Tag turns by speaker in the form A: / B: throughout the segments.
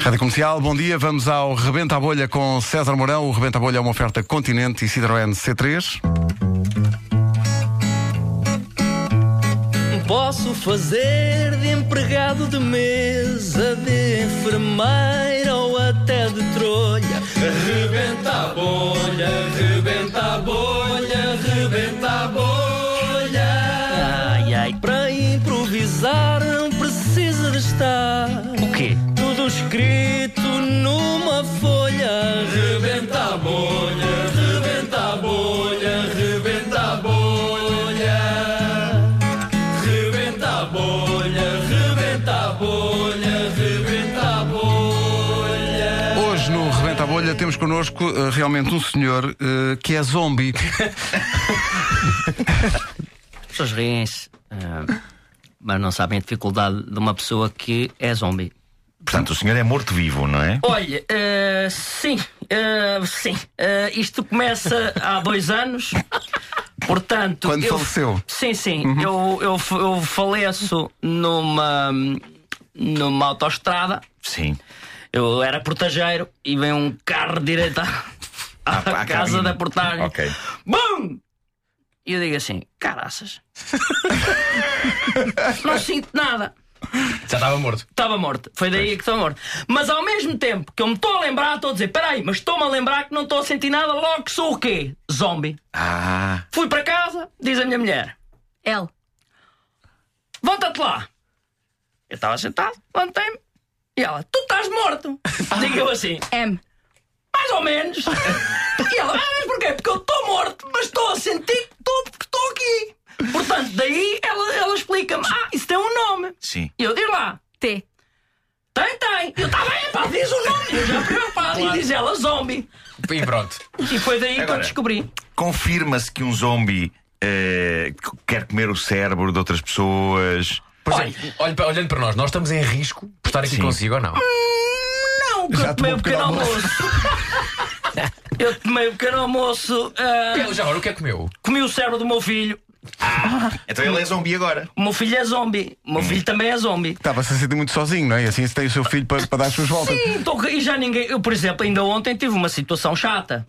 A: Rádio Comercial, bom dia. Vamos ao Rebenta a Bolha com César Mourão. O Rebenta a Bolha é uma oferta Continente e Citroën C3.
B: Posso fazer de empregado de mesa, de enfermeira ou até de trolha. Rebenta a bolha, rebenta a bolha, rebenta a bolha. Ai, ai. Para improvisar não precisa de estar
C: O quê?
B: tudo escrito numa folha. Rebenta a bolha, rebenta a bolha, rebenta a bolha. Rebenta a bolha, rebenta a bolha, rebenta a bolha.
A: Hoje no Rebenta a Bolha temos connosco eh, realmente um senhor eh, que é zombie.
C: As pessoas riem-se, ah, mas não sabem a dificuldade de uma pessoa que é zombie.
D: Portanto, o senhor é morto-vivo, não é?
C: Olha, ah, sim, ah, sim. Ah, isto começa há dois anos. Portanto.
A: Quando faleceu? Uhum.
C: Sim, sim. Eu, eu, fa- eu faleço numa, numa autoestrada.
D: Sim.
C: Eu era portageiro e vem um carro direito à, à
D: pá, à
C: casa
D: cabine.
C: da portagem.
D: Ok.
C: BUM! E eu digo assim: caraças. Não sinto nada.
E: Já estava morto.
C: Estava morto. Foi daí que estava morto. Mas ao mesmo tempo que eu me estou a lembrar, estou a dizer: peraí, mas estou-me a lembrar que não estou a sentir nada, logo que sou o quê? Zombie.
D: Ah,
C: Fui para casa, diz a minha mulher. Ele. Volta-te lá. Eu estava sentado, levantei-me. E ela, tu estás morto. Digo eu assim,
F: M.
C: mais ou menos. e ela, ah, mas porquê? Porque eu estou morto, mas estou a sentir que estou, que estou aqui. Portanto, daí ela, ela explica-me, ah, isso tem um nome.
D: sim.
C: E eu digo lá,
F: T.
C: tem, tem. Eu estava bem, pá, diz o nome. Eu já preocupado. E diz ela, zombie.
E: E pronto.
C: E foi daí que eu
D: Agora.
C: descobri.
D: Confirma-se que um zombie eh, quer comer o cérebro de outras pessoas.
E: Olha, olhe para- olhando para nós, nós estamos em risco por estar aqui
D: Sim.
E: consigo ou não?
C: "Hum, Não, que eu tomei o pequeno almoço. eu tomei o pequeno almoço, ah,
E: Ele já agora o que é que comeu?
C: comi o cérebro do meu filho.
D: Então ele é zombie agora.
C: O meu filho é zombie. O meu filho também é zombie.
A: Estava-se a sentir muito sozinho, não é? E assim se tem o seu filho para, para dar as suas voltas.
C: Sim, tô- e já ninguém. Eu, por exemplo, ainda ontem tive uma situação chata.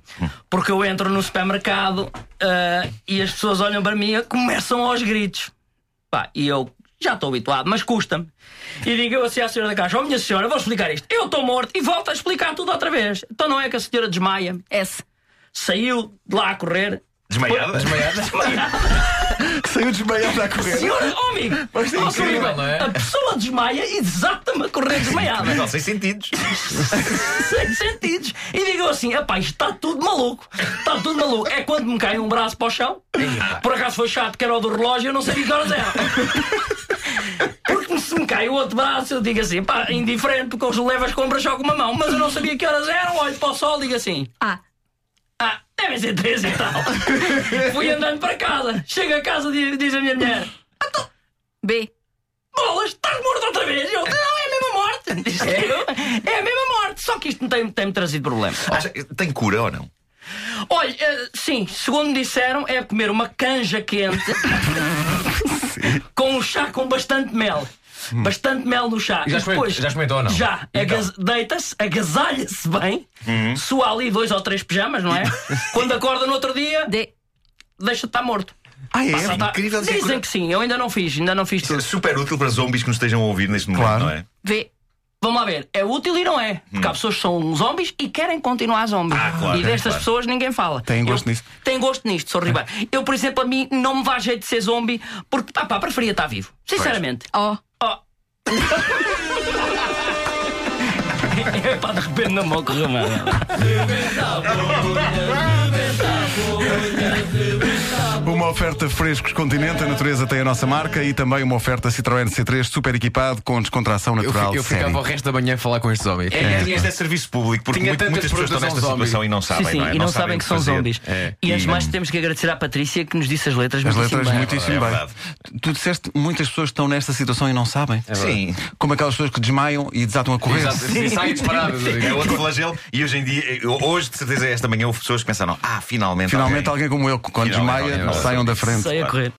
C: Porque eu entro no supermercado ah, e as pessoas olham para mim e começam aos gritos. Pá, e eu já estou habituado, mas custa-me. E digo eu assim à senhora da caixa: Ó minha senhora, eu vou explicar isto. Eu estou morto e volto a explicar tudo outra vez. Então não é que a senhora desmaia,
F: S.
C: saiu de lá a correr.
D: Desmaiada?
E: Desmaiada?
A: Que saiu desmaiado a correr.
C: Senhora, oh, homem!
A: Mas é
E: incrível, não é?
C: A pessoa desmaia e desata-me a correr desmaiada.
D: Não, sem sentidos.
C: sem sentidos. E digo assim: "Epá, isto está tudo maluco. Está tudo maluco. É quando me cai um braço para o chão. Por acaso foi chato que era o do relógio, eu não sabia que horas era. Porque se me cai o outro braço, eu digo assim: pá, indiferente, porque eu levo as compras só com uma mão. Mas eu não sabia que horas eram. Olho para o sol e digo assim:
F: A.
C: ah, devem ser três e tal. Fui andando para casa. Chego a casa e diz a minha mulher:
F: B.
C: Bolas, estás morto outra vez? Eu, não, é a mesma morte. Diz eu, é a mesma morte. Só que isto me tem, tem-me trazido problemas.
D: Acha- Tem cura ou não?
C: Olha, eh, sim, segundo me disseram, é comer uma canja quente com um chá com bastante mel. Bastante mel no chá.
E: Hum. Já
C: E depois,
E: experimentou- já experimentou ou não? Então.
C: Já.
E: E
C: Agas- Deita-se, agasalha-se bem,
E: Hum.
C: sua ali dois ou três pijamas, não é? Quando acorda no outro dia,
F: D.
C: deixa de estar morto.
A: Ah, é?
C: Passa a estar-
D: incrível dizer
C: Dizem
D: coisa-
C: que sim, eu ainda não fiz, ainda não
E: é
C: fiz tudo.
D: Super útil para zombies que nos estejam a ouvir neste momento,
A: Claro.
D: não é?
F: V.
C: Vamos lá ver, é útil e não é. Porque há pessoas que são zombies e querem continuar zombies.
D: Ah, claro,
C: e destas
D: claro.
C: pessoas ninguém fala.
A: Têm gosto
C: Eu-
A: nisso.
C: Têm gosto nisto, sou rival. Eu, por exemplo, a mim não me dá jeito de ser zombie porque, pá, pá, preferia estar vivo. Sinceramente.
F: O.
C: Oh. é pá, de repente não me ocorreu nada.
A: Uma oferta frescos continente, a natureza tem a nossa marca e também uma oferta Citroën C3 super equipado com descontração
E: Eu,
A: natural.
E: fi- eu
A: série.
E: ficava o resto da manhã a falar com este homem.
D: É, e Este é serviço público, porque
E: Tinha
D: muito-
E: tantas
D: muitas pessoas estão
E: perguntas
D: nesta
E: a um zombie.
D: situação e não
C: Sim,
D: sabem,
C: sim,
D: não é?
C: e não, sabem que são
D: fazer.
C: zombies.
D: É.
C: E antes de mais, temos que agradecer à Patrícia que nos disse as
A: As
C: letras muitíssimo
A: letras,
C: bem.
A: muitíssimo
D: É
A: bem.
D: verdade.
A: Tu- Tu disseste muitas pessoas estão nesta situação e não sabem.
D: Sim.
A: Como aquelas pessoas que desmaiam e desatam a correr.
E: Exato. E sai disparado. assim.
D: É outro flagelo. E hoje em dia, eu- hoje de certeza, esta manhã, houve pessoas que pensaram: ah, finalmente.
A: Finalmente alguém como eu, que quando
D: Finalmente
A: desmaia,
D: alguém.
A: saiam da frente.
C: Sai a correr.